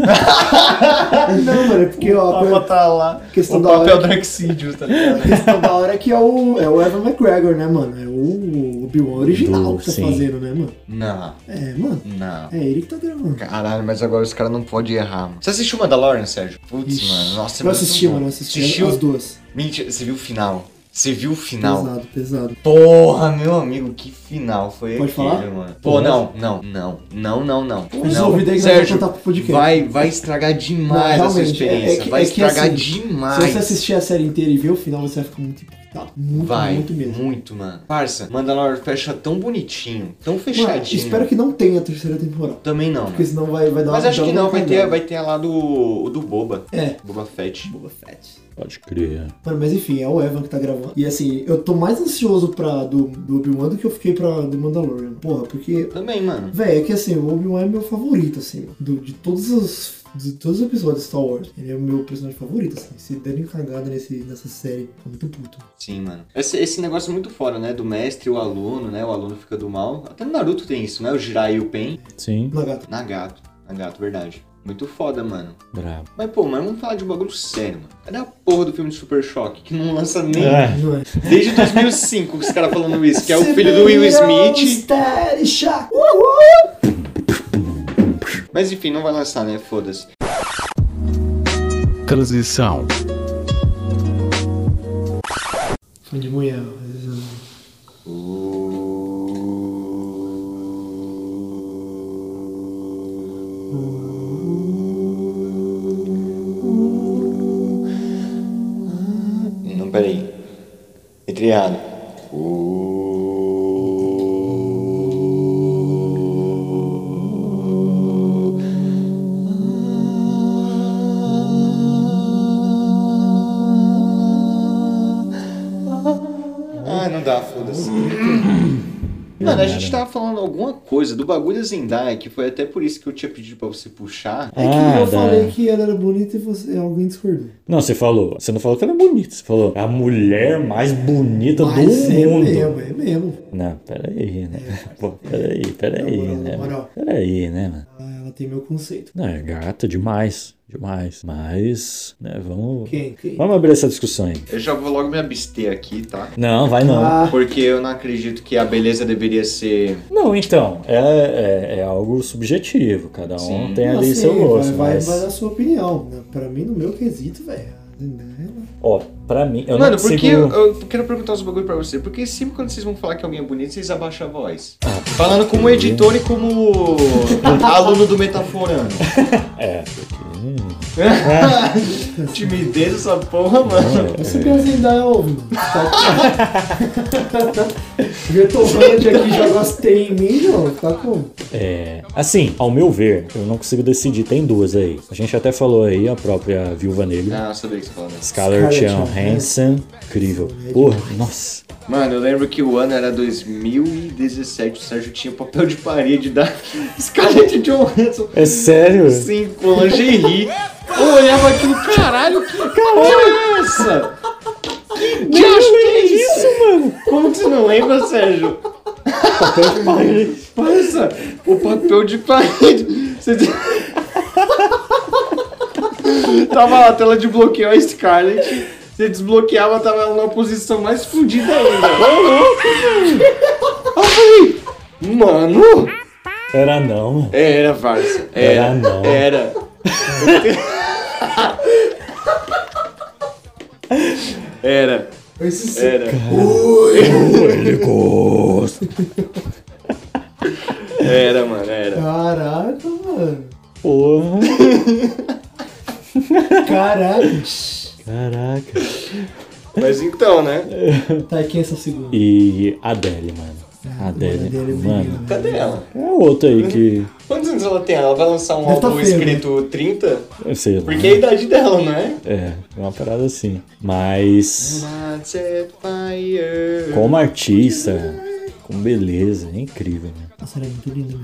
Ah, não, mano, é porque ó,
O Papa
a
tá lá.
Questão
o
da
Papa é o
hora.
Draxídio, tá ligado?
questão da hora é que é o, é o Evan McGregor, né, mano? É o Obi-Wan original
Do-
que tá
sim.
fazendo, né, mano?
Não,
É, mano.
não.
É ele que tá gravando.
Caralho, mas agora os caras não podem errar, mano. Você assistiu Mandalorian, Sérgio? Putz,
Ixi.
mano. Nossa, é
eu
muito
assisti,
bom.
mano, eu assisti
Assistiu?
as duas.
Mentira, você viu o final. Você viu o final.
Pesado, pesado.
Porra, meu amigo, que final foi
Pode
aquele,
falar? né?
mano. Pô, não, não, não, não, não, não. não.
Resolvi daí que nós vamos
Sérgio,
contar pro podcast.
vai, vai estragar demais
Não,
a sua
realmente,
é experiência.
é que-
vai
é que,
estragar
assim,
demais.
Se você assistir a série inteira e ver o final, você vai ficar muito impactado. Muito,
vai,
muito mesmo.
muito, mano. Parça, Mandalor fecha tão bonitinho, tão fechadinho.
Mano, espero que não tenha a terceira temporada.
Também não,
Porque
mano.
senão vai, vai dar
Mas
uma
acho
dar
que
uma
não, vai ter,
cagada.
vai ter lá do, do Boba.
É.
Boba Fett.
Boba Fett.
Pode crer.
Mano, mas enfim, é o Evan que tá gravando. E assim, eu tô mais ansioso pra do, do Obi-Wan do que eu fiquei pra do Mandalorian. Porra, porque.
Também, mano.
Véi, é que assim, o Obi-Wan é meu favorito, assim, mano. Do- de todos os. De todos os episódios de Star Wars, ele é o meu personagem favorito, assim. Se derem cagada nesse, nessa série, tô muito puto.
Sim, mano. Esse, esse negócio é muito fora, né? Do mestre, o aluno, né? O aluno fica do mal. Até no Naruto tem isso, né? O Jirai e o Pen.
Sim,
Nagato.
Nagato. Nagato, verdade. Muito foda, mano.
brabo.
Mas, pô, mas vamos falar de um bagulho sério, mano. Cadê a porra do filme de Super Choque? Que não lança nem.
É.
Não é?
Desde 2005 os caras falando isso. Que é o filho do Will Smith.
Steady Shock.
Mas, enfim, não vai lançar, né? Foda-se.
Transição.
Fã de mulher. mas, ah,
Não, peraí. Entrei errado. Ah, não dá, foda-se. Mano, a gente tava falando alguma coisa do bagulho da Zendaya, que foi até por isso que eu tinha pedido pra você puxar.
É que eu
Ah, dá.
falei que ela era bonita e você, alguém discordou.
Não, você falou. Você não falou que ela é bonita. Você falou a mulher mais bonita
Mas
do
é
mundo.
mesmo, é mesmo.
Não, peraí, né? Pô, peraí, peraí,
Na moral,
né?
na moral.
Peraí, né, mano?
Ah, ela tem meu conceito.
Não, é gata demais, demais. Mas, né, vamos.
Quem? Quem?
Vamos abrir essa discussão aí.
Eu já vou logo me abster aqui, tá?
Não, vai não.
Ah,
Porque eu não acredito que a beleza deveria ser.
Não, então, é, é, é algo subjetivo. Cada um
Sim.
tem ali
assim,
seu gosto.
vai, vai,
mas,
vai na sua opinião. né? Pra mim, no meu quesito, velho. a Zendaya-
ó, pra mim, eu
Mano,
não
por
consigo.
que eu, eu quero perguntar uns bagulho pra você? Porque sempre quando vocês vão falar que alguém é bonito, vocês abaixam a voz.
Ah,
Falando como editor e como aluno do metaforano.
É, porque.
Hum. Timidez essa porra,
Hum.
mano.
Você
É.
que a Zendaya ouve, mano. Tá Virtualmente aqui já gostei em mim, mano. Tá como?
É, assim, ao meu ver, eu não consigo decidir. Tem duas aí. A gente até falou aí a própria Viúva Negra.
Ah, eu sabia que você falou, né?
Scarlett
Scarlett
Johansson, incrível. Porra, nossa.
Mano, eu lembro que o ano era 2017, o Sérgio tinha papel de parede da Scarlett Johansson.
É sério?
Sim, com lingerie. Eu olhava aquilo, caralho, que porra é essa? Que diacho que é isso?
mano.
Como que você não lembra, Sérgio?
Papel de parede.
Nossa, o papel de parede. Você tem- tava lá a tela de bloqueio a Scarlett. Você desbloqueava, tava ela numa posição mais fodida ainda. Aí, mano!
Era não, mano.
Era, Varsa. Era,
Era não.
Era. era,
Esse
É.
sim.
era.
Públicos.
Era, mano, era.
Caraca, mano.
Porra.
Caraca.
Caraca.
Mas então, né?
Tá aqui essa segunda.
E Adele, mano. Adele,
Dele, é um
Ah, mano.
menino.
Cadê ela?
É outra aí que.
Quantos anos ela tem? Ela vai lançar um
Deve tá
álbum
feio, né?
escrito 30?
Eu sei lá.
Porque é a idade dela, não é?
É, é uma parada assim. Mas.
Not set fire.
Como artista, com beleza, é incrível, né?
Nossa, era muito lindo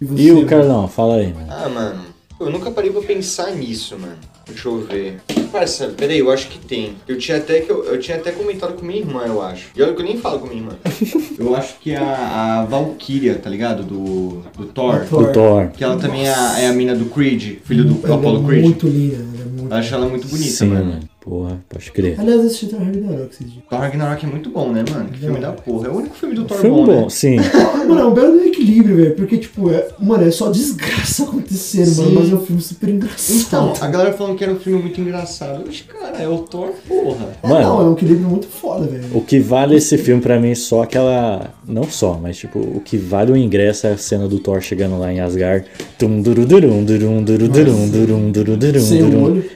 mesmo.
E o
você,
Carlão, fala aí, mano.
Ah, mano. Eu nunca parei pra pensar nisso, mano. Deixa eu ver. Parça, peraí, eu acho que tem. Eu tinha até, que eu, eu tinha até comentado com minha irmã, eu acho. E olha que eu nem falo com minha irmã. eu acho que é a, a Valkyria, tá ligado? Do, do Thor.
Thor.
O Thor.
Que ela também é, a- é a mina do Creed, filho do, do
Ela é
Apollo Creed.
muito linda, ela é muito
Eu acho ela muito bonita,
Sim,
mano.
mano. Porra, pode crer.
Aliás, eu assisti Thor Ragnarok esses dias.
Thor Ragnarok é muito bom, né, mano? Que filme da porra. É o único filme do Thor
Filme
bom,
um bom,
né?
sim.
Mano, é um belo equilíbrio, velho. Porque, tipo, é, mano, é só desgraça acontecendo,
Sim.
mano. Mas é um filme super engraçado.
Então, a galera falando que era um filme muito engraçado. Mas, cara, é o Thor, porra.
É,
Mano.
não, é um equilíbrio muito foda, velho.
O que vale esse filme pra mim é só aquela. Não só, mas tipo, o que vale o ingresso é a cena do Thor chegando lá em Asgard. Tum durudurum, durum durudurum, durum durudurum,
Sem o
durum.
olho.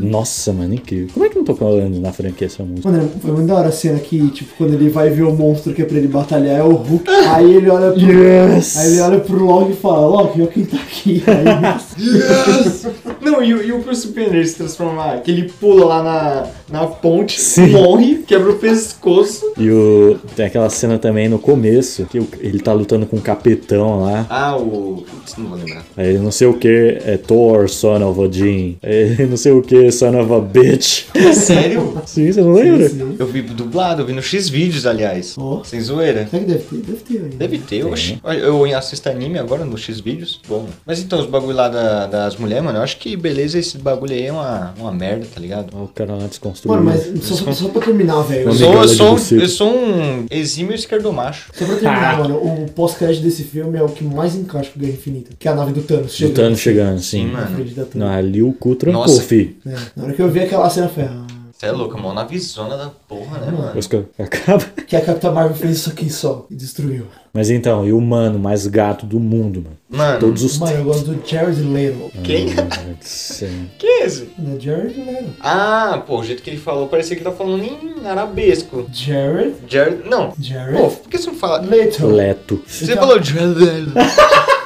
Nossa, mano, incrível. Como é que não tocou na franquia essa música?
Mano, é, foi muito da hora a cena que, tipo, quando ele vai ver o monstro que é pra ele batalhar é o Hulk. Aí ele olha pro.
Yes!
Aí ele olha pro Loki e fala, Loki, olha quem tá aqui. Aí, assim,
Yes! Não, e, o- e o Bruce Banner se transformar? Que ele pula lá na, na ponte,
Sim.
morre, quebra o pescoço.
E o... tem aquela cena também no começo, que o- ele tá lutando com um capetão lá.
Ah, o. Putz, não vou lembrar.
Aí não sei o que é Thor, son of a Jean. Aí não sei o que, son of a bitch.
Sério?
Sim, você não lembra?
assim,
Eu vi dublado, eu vi no X-Vídeos, aliás.
Oh.
Ó.
Sem zoeira.
será que deve ter? Deve ter ainda.
Deve ter, oxi. Eu assisto anime agora no X-Vídeos. Bom. Mas então, os bagulho lá da- das mulheres, mano, eu acho que beleza, esse bagulho aí é uma, uma merda, tá ligado?
O cara lá desconstruiu.
Mano, mas só, só, só pra terminar, velho.
Eu
Uma
sou, eu,
migalha de
sou,
buceta.
eu sou um exímio esquerdomacho.
Só pra terminar, mano, o pós-crédito desse filme é o que mais encaixa com Guerra Infinita. Que é a nave do Thanos
Do
chegando.
Thanos chegando, sim.
Sim, mano.
Na frente da Thanos.
Não, é ali o cu trancou,
Nossa.
fi.
É, Na hora que eu vi aquela cena, foi. Ah,
Você é louco, mó na visona da porra, né, mano?
Os ca- Acaba.
que a Capitã Marvel fez isso aqui só. E destruiu.
Mas então, e o mano mais gato do mundo, mano?
Mano,
Todos os.
Mano, eu gosto do Jared Leto.
quem?
Sim.
que é esse?
Não é Jared Leto.
Ah, pô, o jeito que ele falou, parecia que ele tá falando em arabesco.
Jared?
Jared. Não.
Jared?
Pô, por que você não fala.
Leto.
Leto.
Você falou Jared.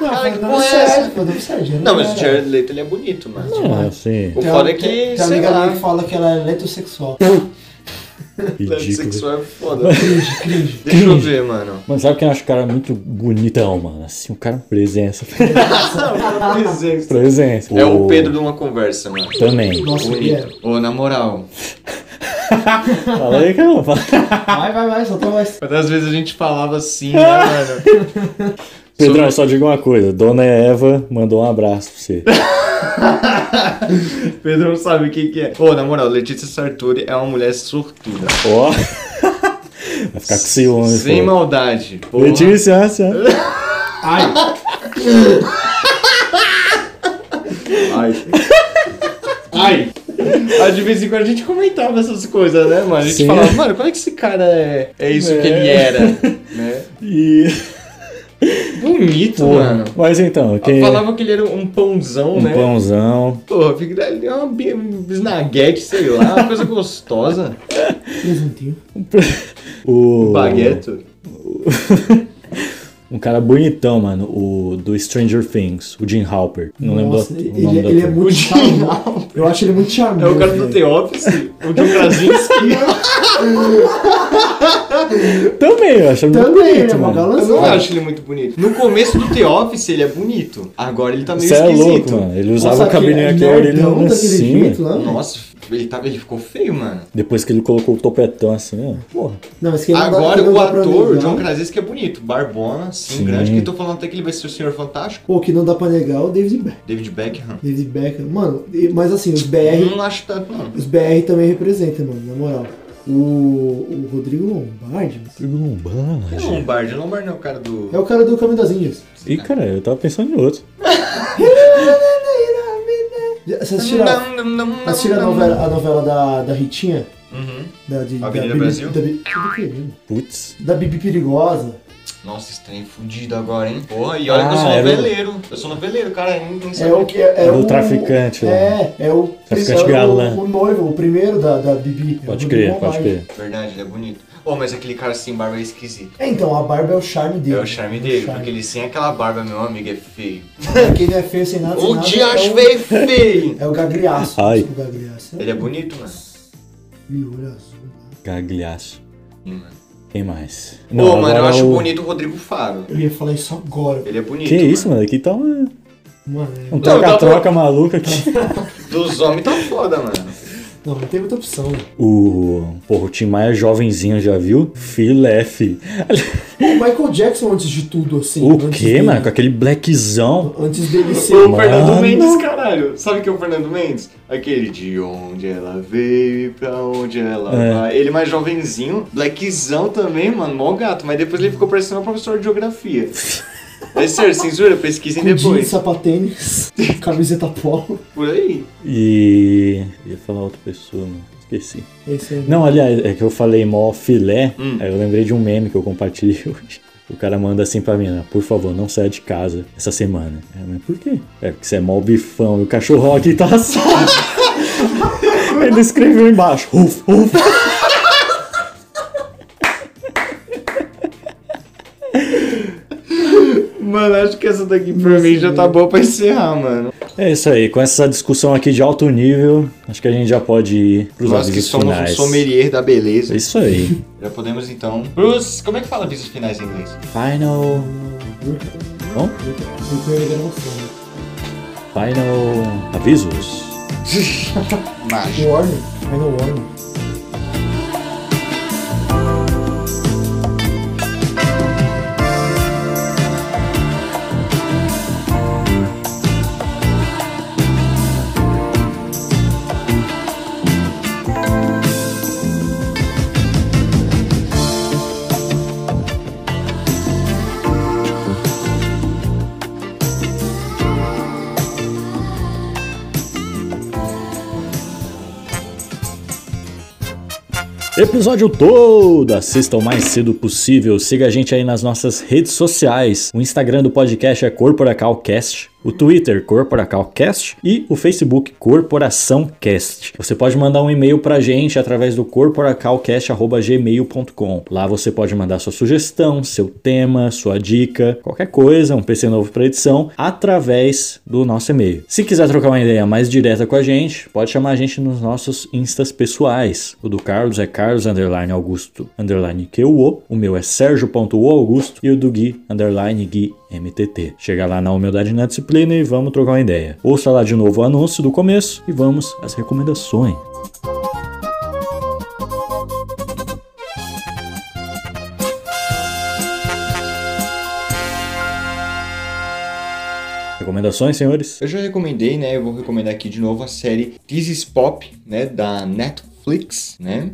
Não,
Cara, que
falando
porra é
sério,
essa?
falando sério, Jared
Não, mas o
Leto.
Jared Leto ele é bonito, mano.
Ah, sim.
O foda é que,
Tem uma
sei
amiga minha
lá,
que fala que ela é letrosexual.
Ridículo.
sexual é foda. Deixa eu ver, mano.
Mano, sabe quem eu acho o cara muito bonitão, mano? Assim, o cara presença. um presença.
É o Pedro de uma conversa, mano.
Também.
Nossa, ele é.
Bonito. Ô, na moral.
Fala aí, cara. Fala.
é. Vai, vai, vai, solta mais.
Quantas vezes a gente falava assim, né, mano?
Pedrão, só diga uma coisa. Dona Eva mandou um abraço pra você.
Pedro não sabe o que que é. Ô, na moral, Letícia Sartori é uma mulher sortuda.
Ó. Vai ficar com ciúmes.
Sem
pô.
maldade. Porra.
Letícia, ah, sim.
Ai,
Ai. Ai. Aí, de vez em quando a gente comentava essas coisas, né, mano? A gente
Sim.
falava, mano, como é que esse cara é, é isso que ele era? né?
E.
Bonito, mano.
Mas então, quem.
Falava que ele era um pãozão,
Um
né?
pãozão.
Porra, fica ali é uma bi- bisnaguete, sei lá, uma coisa gostosa.
presuntinho.
O.
Bagueto.
Um cara bonitão, mano, o do Stranger Things, o Jim Halper. Não lembro
Nossa,
do-
ele,
o nome do
ele é
ator.
muito charmoso. Eu acho ele muito charmoso.
É o cara do
velho.
The Office, o John Krasinski.
Também, eu acho ele muito
Também, ele é
bonito,
uma
mano. Ah,
Eu
galanzada.
não acho ele muito bonito. No começo do The Office ele é bonito. Agora ele tá meio
Você é
esquisito.
louco, mano. Ele usava o
Nossa, aquele
cabelinho aqui, a orelha
nerdão
lá em
daquele jeito
cima.
lá, velho.
Nossa, ele, tá, ele ficou feio, mano.
Depois que ele colocou o topetão assim, ó. Porra.
Não, esse aqui não dá-
Agora
não
o
dá pra
ator, o
negar.
John Krasinski é bonito. Barbona, assim,
Sim.
grande. Que eu tô falando até que ele vai ser o Senhor Fantástico.
Pô, o que não dá pra negar é o David Beckham.
David Beckham.
David Beckham. Mano, e- mas assim, os
Eu
BR,
Não acho tanto, não.
os BR também representam, mano, na moral. O, o Rodrigo Lombardi mano,
Rodrigo
É
Lombardi.
Lombardi. Lombardi não é o cara do...
é o cara do Caminho das Índias.
Ih, cara, eu tava pensando em outro.
Já- Vocês assistiram, a-
Não, não, não,
assistiram a
não,
novela, a novela da, da Ritinha?
Uhum.
Da, de, da
Avenida
Bibi-
Brasil?
Da, Bi- do que, mano?
Putz.
Da Bibi Perigosa.
Nossa, esse trem é fudido agora, hein? Porra, e olha que eu sou
Ah, era o-
noveleiro. Eu sou noveleiro, cara. Ninguém sabe
É o que é,
É
é
do
o
traficante lá.
É, é o
Traficante
é o-
galã.
O, noivo, o primeiro da, da Bibi. é o
Pode
Rodrigo
crer, pode
Lombardi.
crer.
Verdade, ele é bonito. Ô, mas aquele cara sem barba é esquisito.
É, então, a barba é o charme dele.
É o charme dele,
charme.
porque ele sem aquela barba, meu amigo, é feio.
Porque ele é feio sem nada. sem
O
nada,
Dias
é o-
veio feio!
É o gagliaço.
Ai.
O gagliaço.
Ele é bonito, mano.
E olho azul.
Gagliasso.
Sim, mano.
Quem mais?
Pô, mano, eu
agora
acho
é o-
bonito o Rodrigo Faro.
Eu ia falar isso agora.
Ele é bonito.
Que isso, mano? Aqui tá uma.
Mano,
Um
é-
dá pra-
troca-troca maluco aqui.
Dos homens tá foda, mano.
não, não tem muita opção. né?
O. Porra, o Tim Maia é jovenzinho já viu? é, Filé, F.
O Michael Jackson antes de tudo, assim.
O
antes
quê,
dele-
mano? Com aquele blackzão.
Antes dele ser.
O
Mano.
um Fernando Mendes, caralho. Sabe que é o Fernando Mendes? Aquele de onde ela veio e pra onde ela
É.
vai. Ele mais jovenzinho, blackzão também, mano, mó gato. Mas depois ele ficou parecendo um professor de geografia. É sério, censura, pesquisem
Com jeans,
depois.
sapatênis, camiseta polo.
Por aí.
E. Ia falar outra pessoa, mano. Esqueci.
Esse aí. né?
Não, aliás, é que eu falei mó filé.
Hum.
Aí eu lembrei de um meme que eu compartilhei hoje. O cara manda assim pra mim, né? Por favor, não saia de casa essa semana. É, mas por quê? É porque você é mó bifão e o cachorro aqui tá assado. Ele escreveu embaixo. Uf, uf.
Mano, acho que essa daqui pra mim já tá boa pra encerrar, mano.
É isso aí, com essa discussão aqui de alto nível, acho que a gente já pode ir pros
Nós que
avisos
somos um
finais.
sommelier da
É
beleza.
isso aí.
Já podemos então. Bruce, como é que fala avisos finais em inglês?
Final. Bom?
Eu conheço a gravação. né?
Final. Avisos.
Mágico.
Warner. Final Warner.
Episódio todo! Assista o mais cedo possível. Siga a gente aí nas nossas redes sociais. O Instagram do podcast é CorporacalCast, o Twitter CorporacalCast e o Facebook CorporaçãoCast. Você pode mandar um e-mail pra gente através do corporacalcast.gmail.com. Lá você pode mandar sua sugestão, seu tema, sua dica, qualquer coisa, um PC novo pra edição, através do nosso e-mail. Se quiser trocar uma ideia mais direta com a gente, pode chamar a gente nos nossos instas pessoais. O do Carlos é Carlos underline Augusto underline QO, o meu é Sérgio.o Augusto e o do Gui underline Gui MTT. Chega lá na Humildade na Disciplina e vamos trocar uma ideia. Ouça lá de novo o anúncio do começo e vamos às recomendações. Recomendações, senhores?
Eu já recomendei, né? Eu vou recomendar aqui de novo a série This is Pop, né? Da Netflix, né?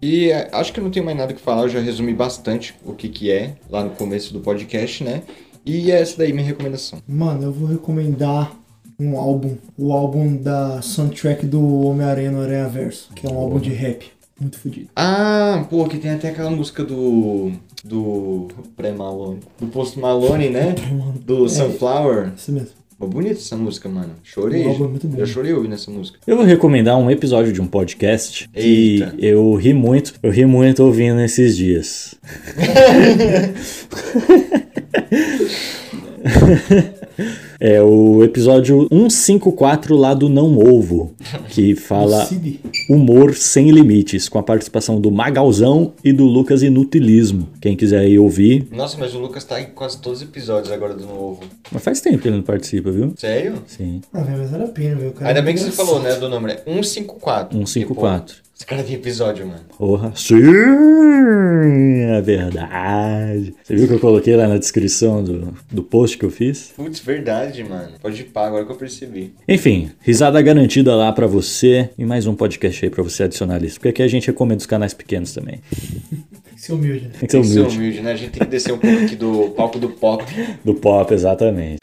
E é, acho que eu não tenho mais nada que falar, eu já resumi bastante o que que é lá no começo do podcast, né? E é essa daí minha recomendação.
Mano, eu vou recomendar um álbum. O álbum da soundtrack do Homem-Aranha no Aranha Verso. Que é um álbum de rap. Muito fodido.
Ah, pô, que tem até aquela música do. do. Pré Malone. Do Post Malone, né?
É.
Do Sunflower.
Isso mesmo.
Pô, bonita essa música, mano. Chorei.
O álbum é muito bom.
Eu chorei ouvindo essa música.
Eu vou recomendar um episódio de um podcast que
Eita.
eu ri muito, eu ri muito ouvindo esses dias. É o episódio 154 lá do Não Ovo, que
Um
fala
Cid.
humor sem limites, com a participação do Magalzão e do Lucas Inutilismo. Quem quiser aí ouvir,
Nossa, mas o Lucas tá em quase todos os episódios agora do novo.
mas faz tempo que ele não participa, viu?
Sério?
Sim,
Ah, velho, mas vale a pena, velho. Cara,
é
Ainda bem que você
Engraçado.
falou, né, do número. É 154. Porque,
154.
pô, Tipo, Esse cara tem episódio, mano.
Porra, sim, é verdade. Você viu que eu coloquei lá na descrição do, do post que eu fiz?
Putz, verdade, mano. Pode ir pá, agora que eu percebi.
Enfim, risada garantida lá pra você e mais um podcast aí pra você adicionar a lista, porque aqui a gente recomenda os canais pequenos também.
é
Ser humilde, né?
Tem que ser
Tem que ser
humilde.
humilde, né? A gente tem que descer um pouco aqui do palco do pop.
Do pop, exatamente.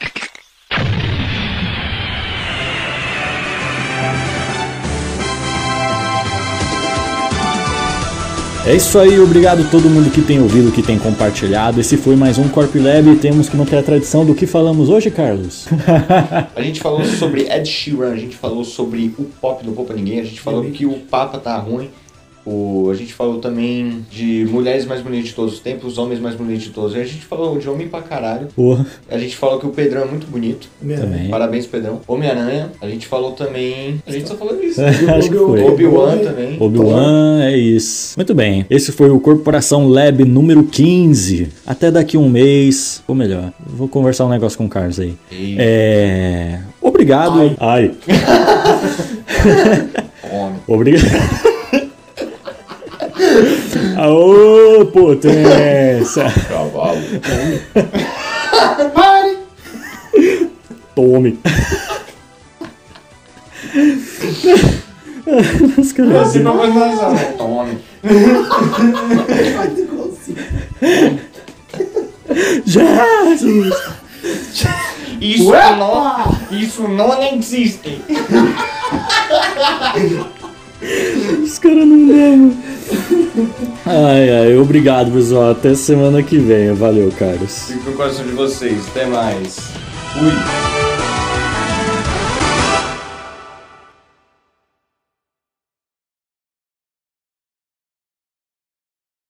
É isso aí, obrigado a todo mundo que tem ouvido, que tem compartilhado. Esse foi mais um Corp Lab e temos que manter a tradição do que falamos hoje, Carlos.
A gente falou sobre Ed Sheeran, a gente falou sobre o pop do Poupa Ninguém, a gente falou que o Papa tá ruim. O, a gente falou também de mulheres mais bonitas de todos os tempos, homens mais bonitos de todos. A gente falou de homem pra caralho.
Porra,
A gente falou que o Pedrão é muito bonito.
Minha-
também.
Parabéns, Pedrão. Homem-Aranha. A gente falou também. A gente só falou disso.
Acho que foi.
Obi-Wan também.
Obi-Wan, é isso. Muito bem, esse foi o Corporação Lab número 15. Até daqui um mês, ou melhor, vou conversar um negócio com o Carlos aí.
E
É. Obrigado. Ai.
homem.
Obrigado. Aô, potência!
Cavalo.
Tome! Os caras-
Você não vai analisar, velho.
Homem.
Jesus!
Isso não. Isso não existe.
Os caras não lembram. Ai, ai, obrigado, pessoal. Até semana que vem. Valeu, caros.
Fico no coração de vocês. Até mais. Fui.